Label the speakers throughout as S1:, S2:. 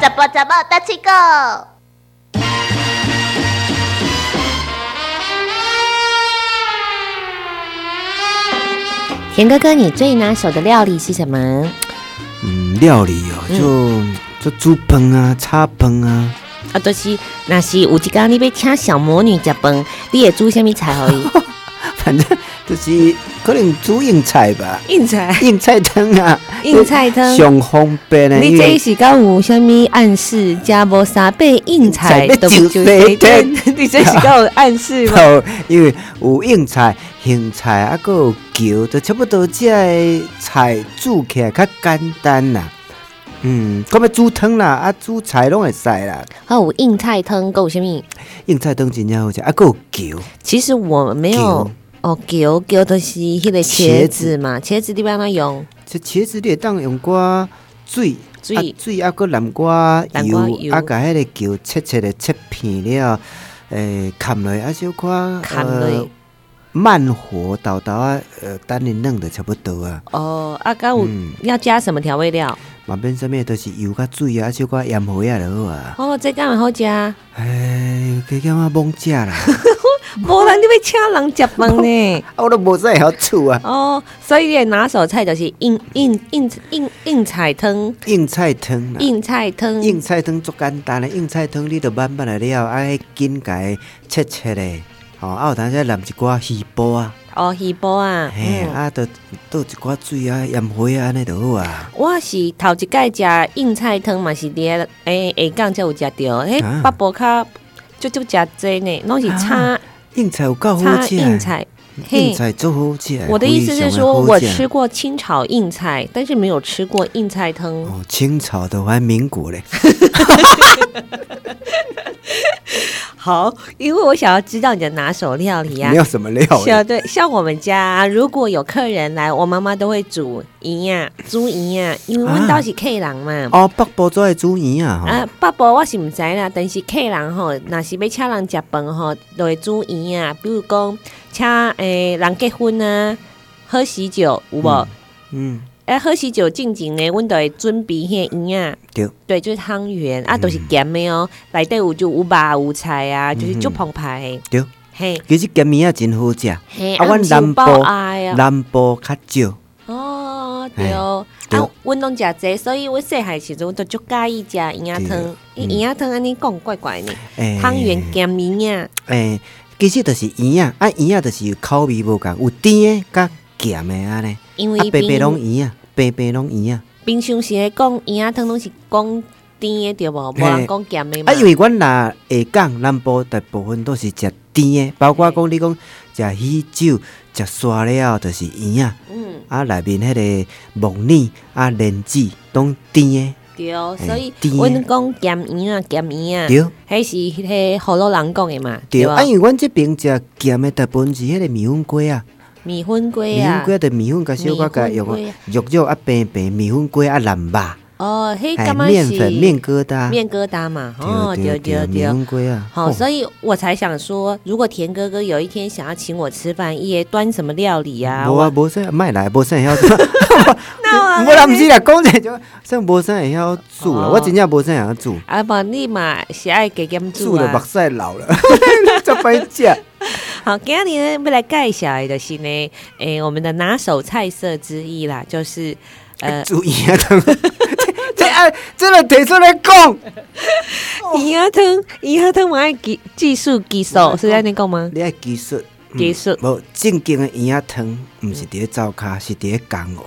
S1: 怎么怎么大七狗？
S2: 田哥哥，你最拿手的料理是什么？
S3: 嗯，料理哦，就就猪盆啊、叉盆啊，
S2: 啊，就是那是有一天你要请小魔女食饭，你会煮什么菜可以？
S3: 反正就是可能煮硬菜 吧，
S2: 硬菜，
S3: 硬菜汤啊，
S2: 硬菜 汤。
S3: 上方便的。
S2: 你这是敢有什么暗示？加无三杯硬 菜
S3: 菜要
S2: 都不
S3: 上
S2: 就
S3: 杯
S2: 是
S3: 汤
S2: 你这是敢有暗 示 吗？
S3: 头，因为有硬菜、咸菜，啊，佮有球，就差不多这个菜煮起来较简单啦。嗯，佮要煮汤啦，啊，煮菜拢会使啦。
S2: 啊，有硬菜汤，还有什么？
S3: 硬菜汤真正好食，啊，佮有球，
S2: 其实我没有
S3: 球。
S2: 哦，球球的是迄个
S3: 茄
S2: 茄
S3: 子
S2: 子嘛，茄子你要怎用？
S3: 这茄子你会当用寡水。
S2: 水
S3: 啊、水啊，佮南瓜
S2: 南
S3: 油
S2: 瓜，油
S3: 啊，甲迄个球切切的切片了，诶、砍落啊，小可
S2: 砍
S3: 呃
S2: 落、
S3: 慢火豆豆啊，呃，等你软的差不多啊。
S2: 哦，啊，敢有
S3: 嗯
S2: 要加什么调味料？
S3: 嘛免啥物，都是油甲水啊，小可盐花啊就好啊。
S2: 哦，这敢会好食？
S3: 哎，加减啊，罔食啦，嗯
S2: 无人你要请人食饭 呢？
S3: 啊， 我都无啥会晓煮啊。
S2: 哦，所以你的拿手菜就是硬硬硬硬硬菜汤，
S3: 硬菜汤啦，
S2: 硬菜汤，
S3: 嗯硬菜汤足简单啦，硬菜汤你着慢慢来了，啊，迄筋甲伊切切咧，吼、啊，有当时淋一寡鱼脯啊，
S2: 哦，鱼波啊，
S3: 嘿、
S2: 嗯
S3: 啊，着倒一寡水啊，盐花啊，安尼就好啊。
S2: 我是头一届食硬菜汤嘛，是伫诶诶哎下港才有食到，诶、
S3: 啊
S2: 北部较就就食这呢，拢是炒、
S3: 啊硬菜有够好
S2: 炒
S3: 食，
S2: 硬菜。
S3: 硬
S2: 嘿，
S3: 菜足好食。
S2: 我的意思是
S3: 非常
S2: 说，
S3: 好
S2: 我
S3: 食
S2: 吃过清炒硬菜，但是没有吃过硬菜汤。
S3: 哦，清朝的还民国嘞，
S2: 好，因为我想要知道你的拿手料理啊
S3: 没。有什么料嘞。
S2: 像对，像我们家如果有客人来，我妈妈都会煮鱼啊，煮鱼啊，因为阮
S3: 啊
S2: 兜是客人嘛。
S3: 哦，北部做的煮圆啊，吼、
S2: 啊，北部我是毋知啦，但是客人吼，若是要请人食饭吼，就会煮鱼啊，比如讲请诶、人结婚啊，喝喜酒有无？啊、
S3: 嗯，
S2: 喝喜酒进前呢，阮就会准备迄个鱼啊，
S3: 对，
S2: 对，就是汤圆
S3: 嗯
S2: 啊，都、是咸的哦，内底有就有肉有菜啊，就是足澎湃的，
S3: 嗯对，
S2: 嘿
S3: 其实咸面啊真好食，
S2: 嘿，
S3: 啊阮
S2: 毋是
S3: 南
S2: 有
S3: 部
S2: 包爱啊。
S3: 南部较少。
S2: 哦，
S3: 哎
S2: 对哦，
S3: 对
S2: 啊，阮拢食这，所以阮细汉时阵我都足介意食营养
S3: 对
S2: 汤，
S3: 嗯
S2: 营养汤安尼讲怪怪呢，
S3: 诶
S2: 汤圆咸面啊，
S3: 诶、其实就是圆啊，啊圆啊就是有口味无共，有甜的甲咸的安尼，
S2: 因
S3: 啊
S2: 为
S3: 白白拢
S2: 冰
S3: 圆啊，白白拢圆啊。
S2: 冰箱时咧讲营养汤拢是讲甜的对无，无
S3: 嘿
S2: 人讲咸的嘛
S3: 啊，。因为阮若下港南部大部分都是食甜的，包括讲你讲食喜酒、食沙了就是圆啊，
S2: 嗯，
S3: 啊内面迄个木耳啊莲子拢甜的，
S2: 对，哦
S3: 嘿
S2: 所以
S3: 甜的
S2: 阮讲咸圆啊，咸圆啊，
S3: 对。
S2: 迄是迄个葫芦人讲的嘛，
S3: 对，
S2: 吧
S3: 啊，？因为阮这边食咸的大部分是迄个米粉粿啊，
S2: 米粉粿
S3: 米粉
S2: 啊，
S3: 粿的米粉甲小可甲
S2: 米
S3: 用
S2: 粉粿
S3: 啊肉肉啊平平，米粉粿啊淋肉，
S2: 哦，迄
S3: 哎
S2: 干嘛
S3: 面
S2: 是
S3: 粉面疙瘩，
S2: 面疙瘩嘛？哦，
S3: 对
S2: 对对
S3: 米
S2: 对。
S3: 粉粿啊，
S2: 好，
S3: 哦
S2: 所以我才想说，如果田哥哥有一天想要请我吃饭，也端什么料理啊？
S3: 无啊
S2: 我
S3: 无啥莫来，无啥 会晓做，
S2: 那
S3: 无啦，毋是啦，讲者就算无啥会晓煮啦，
S2: 哦
S3: 我真正无啥会晓煮，
S2: 啊不，你嘛是爱给他们
S3: 煮
S2: 煮
S3: 了目
S2: 啊。
S3: 屎流 了，真歹
S2: 呃
S3: 食。
S2: 好，今天呢，要来介绍的就是呢，诶、我们的拿手菜色之一啦，就是呃，
S3: 煮鱼啊汤， 这啊，这个提出来讲，哦
S2: 鱼鸭汤，鱼鸭汤嘛爱技技术技术是在那讲吗？
S3: 你爱技术，嗯
S2: 技术
S3: 无正经的鱼啊汤，毋是伫咧灶骹，是伫咧江湖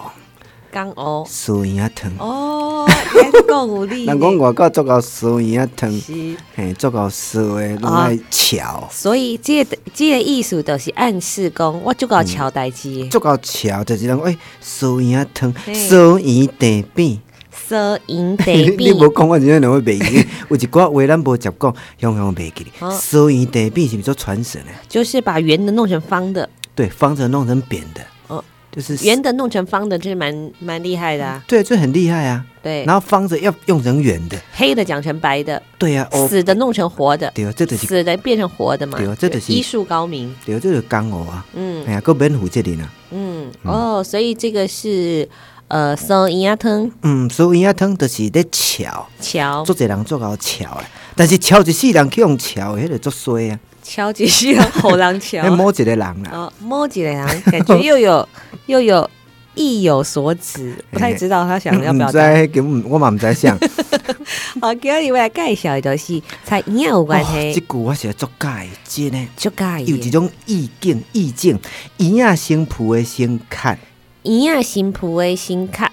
S2: 刚哦，
S3: 烧鱼啊汤。
S2: 哦，原来够有力呢。
S3: 人讲外国足够烧鱼啊汤，
S2: 是
S3: 嘿，足够烧的，拢爱炒，
S2: 所以这个这个艺术就是暗示讲，我就搞乔代机，
S3: 足够炒，就是人讲哎，烧鱼啊汤，
S2: 嘿
S3: 烧鱼地饼。
S2: 色银 得
S3: 你
S2: 病。
S3: 无讲，我真正两会袂记。 有一寡话咱无接讲，香港袂记哩
S2: 好。
S3: 烧鱼地饼是毋是做传神的？
S2: 就是把圆的弄成方的。
S3: 对，方子弄成扁的。
S2: 哦，
S3: 就是
S2: 圆的弄成方的，这是蛮蛮厉害的啊。
S3: 对，这很厉害啊。
S2: 对，
S3: 嗯然后方子要用成圆的，
S2: 黑的讲成白的，
S3: 对啊，哦，
S2: 死的弄成活的，
S3: 对啊，这就是
S2: 死的变成活的嘛
S3: 对啊这就，是
S2: 医术高明。
S3: 对啊，这就是江湖啊，
S2: 嗯
S3: 哎呀，够免负这里呢。
S2: 嗯，哦，所以这个是呃，烧银牙汤
S3: 嗯，所以啊，汤就是咧巧，
S2: 桥
S3: 足侪人足够巧诶，但是巧一世人去用巧，迄个足衰啊，
S2: 桥几是人猴狼 桥
S3: 迄某一个人啦，
S2: 哦，摸几个人，感觉又有 又有意有所指，不太知道他想要
S3: 嗯
S2: 表
S3: 不知
S2: 达。
S3: 根本我嘛毋知想。
S2: 好，哦今日我来介绍的就是菜营有关
S3: 哦这
S2: 系，
S3: 句我是足解真诶，
S2: 就介
S3: 有一
S2: 意。
S3: 种意境意境，圆啊先铺诶先看，
S2: 营啊新妇的新卡，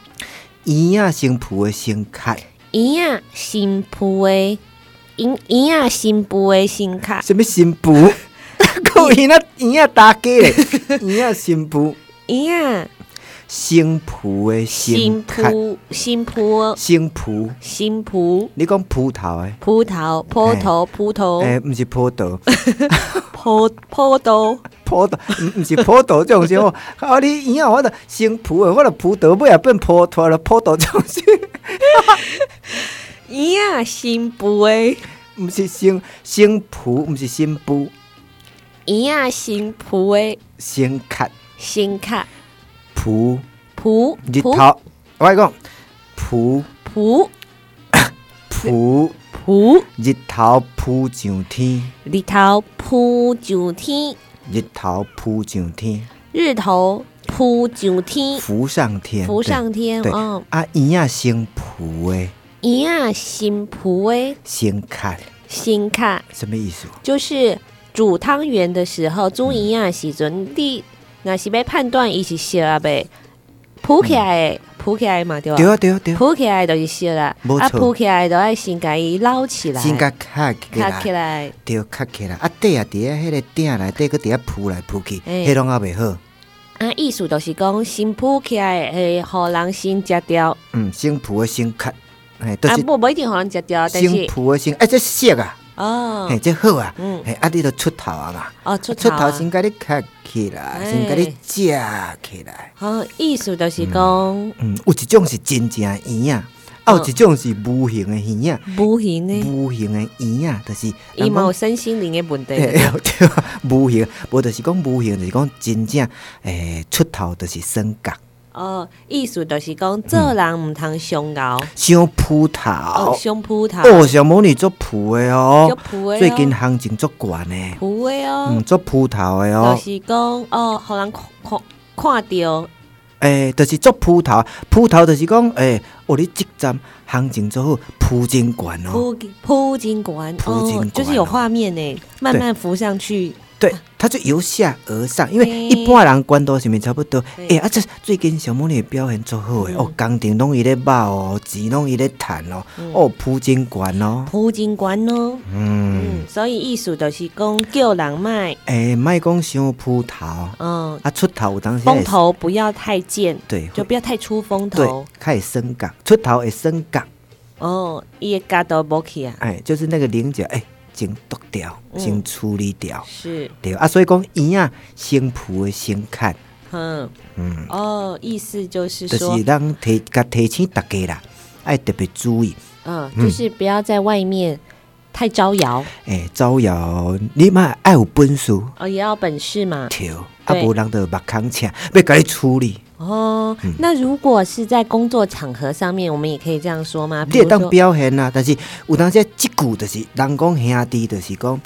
S3: 圆啊先铺诶先看，
S2: 营啊新妇的营营啊新妇的新卡，
S3: 什物新 妇？够圆啊圆啊大家咧， 圆啊新妇
S2: 营啊
S3: 先铺诶
S2: 新
S3: 先看，
S2: 妇新妇哦
S3: 先铺，
S2: 新妇
S3: 你讲葡萄诶。
S2: 葡萄葡
S3: 哎
S2: 萄葡
S3: 诶，
S2: 萄
S3: 毋、是葡萄，
S2: 葡葡萄
S3: 葡萄，毋毋是葡萄这种是 哦。啊，你影我着先葡诶，我着葡萄尾啊变葡萄了，葡萄这种是，
S2: 营啊新妇的
S3: 毋是先先葡，毋是新妇。
S2: 营啊新妇的
S3: 先看
S2: 新卡。
S3: 蒲
S2: 葡
S3: 日
S2: 葡
S3: 头，我跟你讲蒲
S2: 葡
S3: 蒲
S2: 葡，
S3: 日头蒲上天，
S2: 日头铺上天，
S3: 日头蒲上天，
S2: 日头铺上天，
S3: 浮上天，
S2: 浮上天。
S3: 对对
S2: 哦，
S3: 对啊，伊啊先蒲诶，
S2: 伊啊新铺的
S3: 先看
S2: 新卡，
S3: 什么意思？
S2: 就是煮汤圆的时候，煮伊啊时阵，你若是要判断伊是熟啊呗，铺起来的，铺起来嘛对吧
S3: 对？啊对啊对啊，
S2: 铺起来就是熟啦
S3: 没，
S2: 啊
S3: 错
S2: 铺起来就爱先甲伊捞起来，
S3: 先甲卡起
S2: 卡起
S3: 来，
S2: 来，
S3: 对，卡起来，啊底啊伫咧迄个鼎内底，搁伫咧蒲来蒲去，
S2: 哎
S3: 迄拢也袂好。
S2: 啊意思就是讲先铺起来，会互人先食掉。
S3: 嗯，先蒲诶先看，哎，都
S2: 啊，
S3: 是
S2: 不不一定互人食掉，但
S3: 先
S2: 是
S3: 蒲诶先，哎，这色啊，
S2: 哦
S3: 哎，这好啊，
S2: 嗯
S3: 哎，啊，你都出头啊嘛。
S2: 哦，出
S3: 出
S2: 头
S3: 头
S2: 啊
S3: 先甲你卡起来，
S2: 哎
S3: 先甲你食起来。
S2: 哦，意思就是讲
S3: 嗯，有一种是真正的圆啊，啊
S2: 嗯
S3: 有一种是无形的圆啊，
S2: 无形呢，
S3: 无形的圆啊，就是
S2: 伊
S3: 人
S2: 嘛有
S3: 讲
S2: 身心灵的问题。
S3: 嘿
S2: 对不对
S3: 对啊，无形，无就是讲无形，就是讲真正诶、出头就是算角，
S2: 哦，意思就是讲做人毋通上熬，
S3: 像葡
S2: 哦，
S3: 萄。
S2: 上葡萄，
S3: 嗯哦，小魔女做葡的哦
S2: 做，葡的哦
S3: 最近行情足悬呢，
S2: 葡的
S3: 嗯，
S2: 哦，
S3: 做葡萄的
S2: 就
S3: 哦，
S2: 是讲哦，互人看看看着
S3: 诶、就是做葡萄，葡萄就是讲，诶、哦，你即站行情做好，葡真悬哦，
S2: 铺铺真悬，
S3: 铺真
S2: 哦
S3: 悬，
S2: 就是有画面呢，慢慢浮上去。
S3: 对，它就由下而上，因为
S2: 嘿
S3: 一般人关都是咪差不多。
S2: 对
S3: 诶、啊，这最近小魔女的表现足好诶、
S2: 嗯
S3: 哦，工程拢伊咧包哦，钱拢伊咧趁哦，
S2: 嗯
S3: 哦，铺真悬哦，
S2: 铺真悬咯，哦
S3: 嗯，
S2: 嗯，所以意思就是讲叫人卖，
S3: 诶、莫讲伤铺头，啊，
S2: 嗯，
S3: 出头有当时
S2: 风
S3: 会
S2: 头不要太贱，
S3: 对
S2: 就
S3: 会
S2: 不要太出风
S3: 对
S2: 头，
S3: 较会升降，出头会升降，
S2: 哦，伊的家都无去啊，
S3: 哎、就是那个菱角，哎、先剁掉，
S2: 嗯
S3: 先处理掉。
S2: 是，
S3: 对啊，所以讲圆啊，先铺的先看，
S2: 哼，
S3: 嗯，
S2: 哦，意思就是
S3: 就
S2: 说
S3: 是，咱提甲提醒大家啦，爱特别注意。
S2: 嗯，就是不要在外面太招摇，
S3: 诶、招摇，你嘛爱有本事，
S2: 哦，也要本事嘛，
S3: 对，啊，
S2: 对
S3: 无人就目空请，要甲你处理。
S2: 哦，
S3: 嗯
S2: 那如果是在工作场合上面，我们也可以这样说吗？
S3: 你
S2: 比
S3: 会
S2: 如
S3: 当
S2: 说，
S3: 表现啊，但是有当时即句就是人讲兄弟，就是讲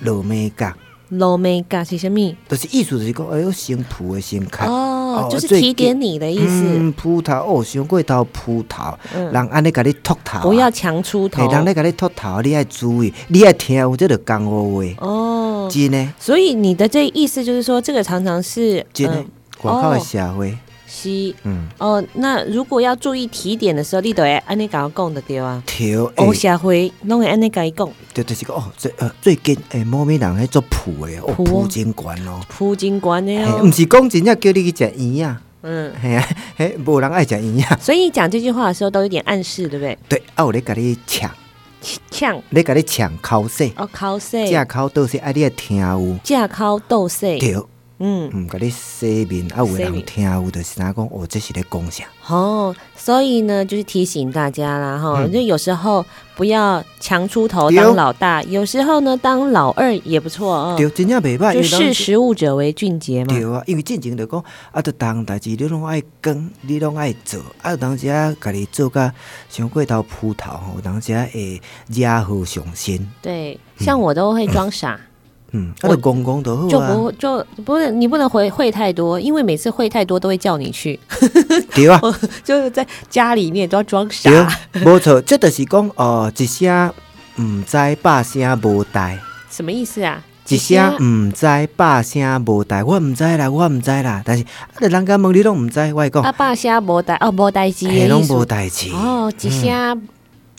S3: 落美角，
S2: 露眉嘎是什么？
S3: 就是意思就是讲，哎呦，先铺的先看。
S2: 哦
S3: 哦，
S2: 就是
S3: 最
S2: 提点
S3: 近
S2: 你的意思，
S3: 嗯，葡萄哦，伤过头葡萄，
S2: 嗯
S3: 人安尼甲你秃头啊，
S2: 不要强出
S3: 嘿
S2: 头，
S3: 人咧甲你秃头，你爱注意，你爱听有这个江湖话，
S2: 哦。
S3: 真诶，
S2: 所以你的这意思就是说，这个常常是，
S3: 真诶
S2: 嗯，
S3: 外口诶
S2: 哦
S3: 社会，
S2: 是
S3: 嗯，
S2: 哦，那如果要注意提点的时候，你都会安尼甲我讲的对啊。
S3: 对，
S2: 黑
S3: 诶
S2: 社会拢会安尼甲伊讲，
S3: 对，就是讲哦，最呃最近诶，某咪人咧做铺诶，哦，
S2: 铺啊
S3: 铺真悬哦，
S2: 铺真悬的
S3: 嘿
S2: 哦
S3: 毋。是讲真正叫你去食圆啊，
S2: 嗯，
S3: 嘿啊，嘿，无人爱食圆啊，
S2: 所以你讲这句话的时候都有点暗示，对不对？
S3: 对，啊，有咧甲你呛，
S2: 呛
S3: 咧甲你呛口水，
S2: 哦，口
S3: 食
S2: 水，
S3: 口倒水，啊，你爱听有，
S2: 架口斗水，
S3: 对，
S2: 嗯，
S3: 嗯，甲你洗面，啊，有的
S2: 洗
S3: 人
S2: 面
S3: 听有就是哪讲，哦，这是咧讲啥？
S2: 哦，所以呢，就是提醒大家啦，哈、
S3: 嗯
S2: 就有时候不要强出头
S3: 对哦
S2: 当老大，有时候呢当老二也不错哦。
S3: 对，真正袂歹，
S2: 就
S3: 因为
S2: 识
S3: 咱
S2: 时务者为俊杰嘛。
S3: 对啊，因为进前就讲，啊，着当代志你拢爱讲，你拢爱做，啊，有当时啊，家己做甲伤过头扑头吼，有当时啊会惹祸上身，
S2: 对，像我都会装傻，
S3: 嗯，啊，着讲讲就
S2: 就
S3: 好啊，
S2: 不就不是你不能回会太多，因为每次会太多都会叫你去，
S3: 对啊，
S2: 就是在家里面都要装傻。
S3: 对，啊无错，这就是讲哦，一声毋知百声无代，
S2: 什么意思啊？
S3: 一声毋知百声无代，我毋知啦，我毋知啦，但是啊，就人家问你拢毋知，我会
S2: 阿
S3: 讲，
S2: 爸虾无代哦，无代志
S3: 哦嘿，
S2: 的意
S3: 拢无
S2: 思。
S3: 代志，
S2: 哦，一声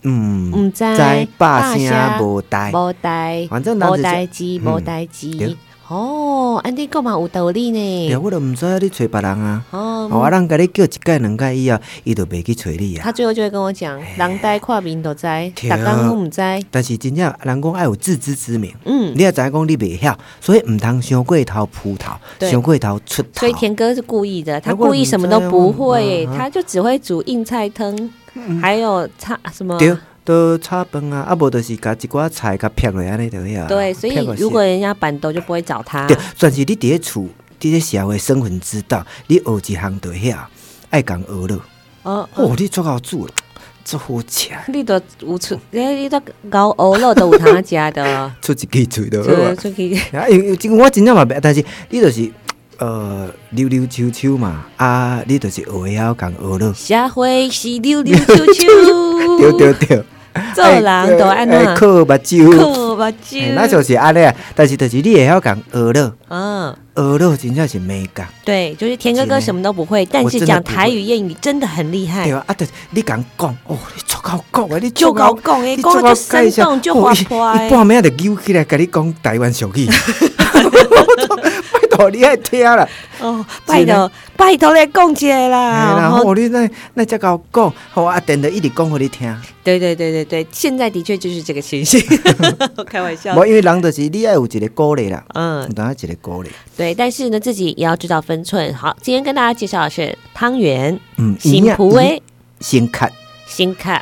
S3: 嗯，
S2: 唔知
S3: 知百
S2: 百
S3: 声
S2: 声
S3: 无代，
S2: 无代，
S3: 反正咱
S2: 无
S3: 就是
S2: 代志，无
S3: 嗯
S2: 代志
S3: 对。
S2: 哦，安尼讲嘛有道理
S3: 对啊，
S2: 呢。
S3: 我都毋知啊，你找别人啊。哦，啊，
S2: 哦，
S3: 咱甲你叫一届两届以后，伊就袂去找你啊。
S2: 他最后就会跟我讲，人呆看面都知，
S3: 哎对啊
S2: 大家都唔知。
S3: 但是真正人讲爱有自知之明，
S2: 嗯，
S3: 你也知影讲你袂晓，所以毋通伤过头扑头，
S2: 对
S3: 伤过头出头
S2: 所以。田哥是故意的，他
S3: 哎我也
S2: 故意
S3: 不
S2: 什么
S3: 知
S2: 都
S3: 道
S2: 不
S3: 啊
S2: 会，
S3: 嗯
S2: 他就只会煮硬菜汤，还有菜什么。
S3: 对，都炒饭啊，啊无就是甲一寡菜甲撇落安尼就迄啊。
S2: 对，所以
S3: 撇落
S2: 如果人家板豆就不会找他
S3: 是。对，算是你伫咧厝，伫咧社会生存之道，你学一项就会晓，爱共学咯。
S2: 哦，
S3: 哦，你做好煮，做好食，
S2: 你都有出，你你都搞鹅肉都有通食的，
S3: 出一支喙就好啊
S2: 出。出去。。
S3: 啊，因为这个我真正嘛袂，但是你就是呃溜溜球球嘛，啊，你就是学会晓共学咯
S2: 社会是溜溜球球，
S3: 对对对，
S2: 嗯做人都安
S3: 哎
S2: 怎
S3: 靠目睭，
S2: 靠目
S3: 哎那
S2: 睭。
S3: 就是安尼啊。但是就是你会晓共学咯，
S2: 嗯，
S3: 学咯真正是美感。
S2: 对，就是田哥
S3: 真
S2: 哥
S3: 的
S2: 什么都不会，但
S3: 我
S2: 是
S3: 真的
S2: 讲
S3: 不会
S2: 台语谚语真的很厉害
S3: 对。啊，啊，就是你共讲，哦，你足够讲啊，你
S2: 就
S3: 足
S2: 搞
S3: 够。
S2: 讲诶，
S3: 你
S2: 讲
S3: 足
S2: 得就
S3: 够
S2: 生动，就活
S3: 哦
S2: 泼
S3: 伊伊
S2: 诶。
S3: 半暝就揪起来，甲你讲台湾俗语。 拜托你爱 听啦，
S2: 哦，拜托，拜托来讲一下啦。
S3: 哎，
S2: 然
S3: 然
S2: 后
S3: 后你那那才够讲，好啊，等着一直讲互你听。
S2: 对对对对对，现在的确就是这个情形。开玩笑
S3: 无，。因为人就是你爱有一个鼓励啦，
S2: 嗯
S3: 有，当一个鼓励。
S2: 对，但是呢，自己也要知道分寸。好，今天跟大家介绍的是汤圆、
S3: 嗯，
S2: 新蒲
S3: 威、
S2: 威、
S3: 先卡，
S2: 新卡、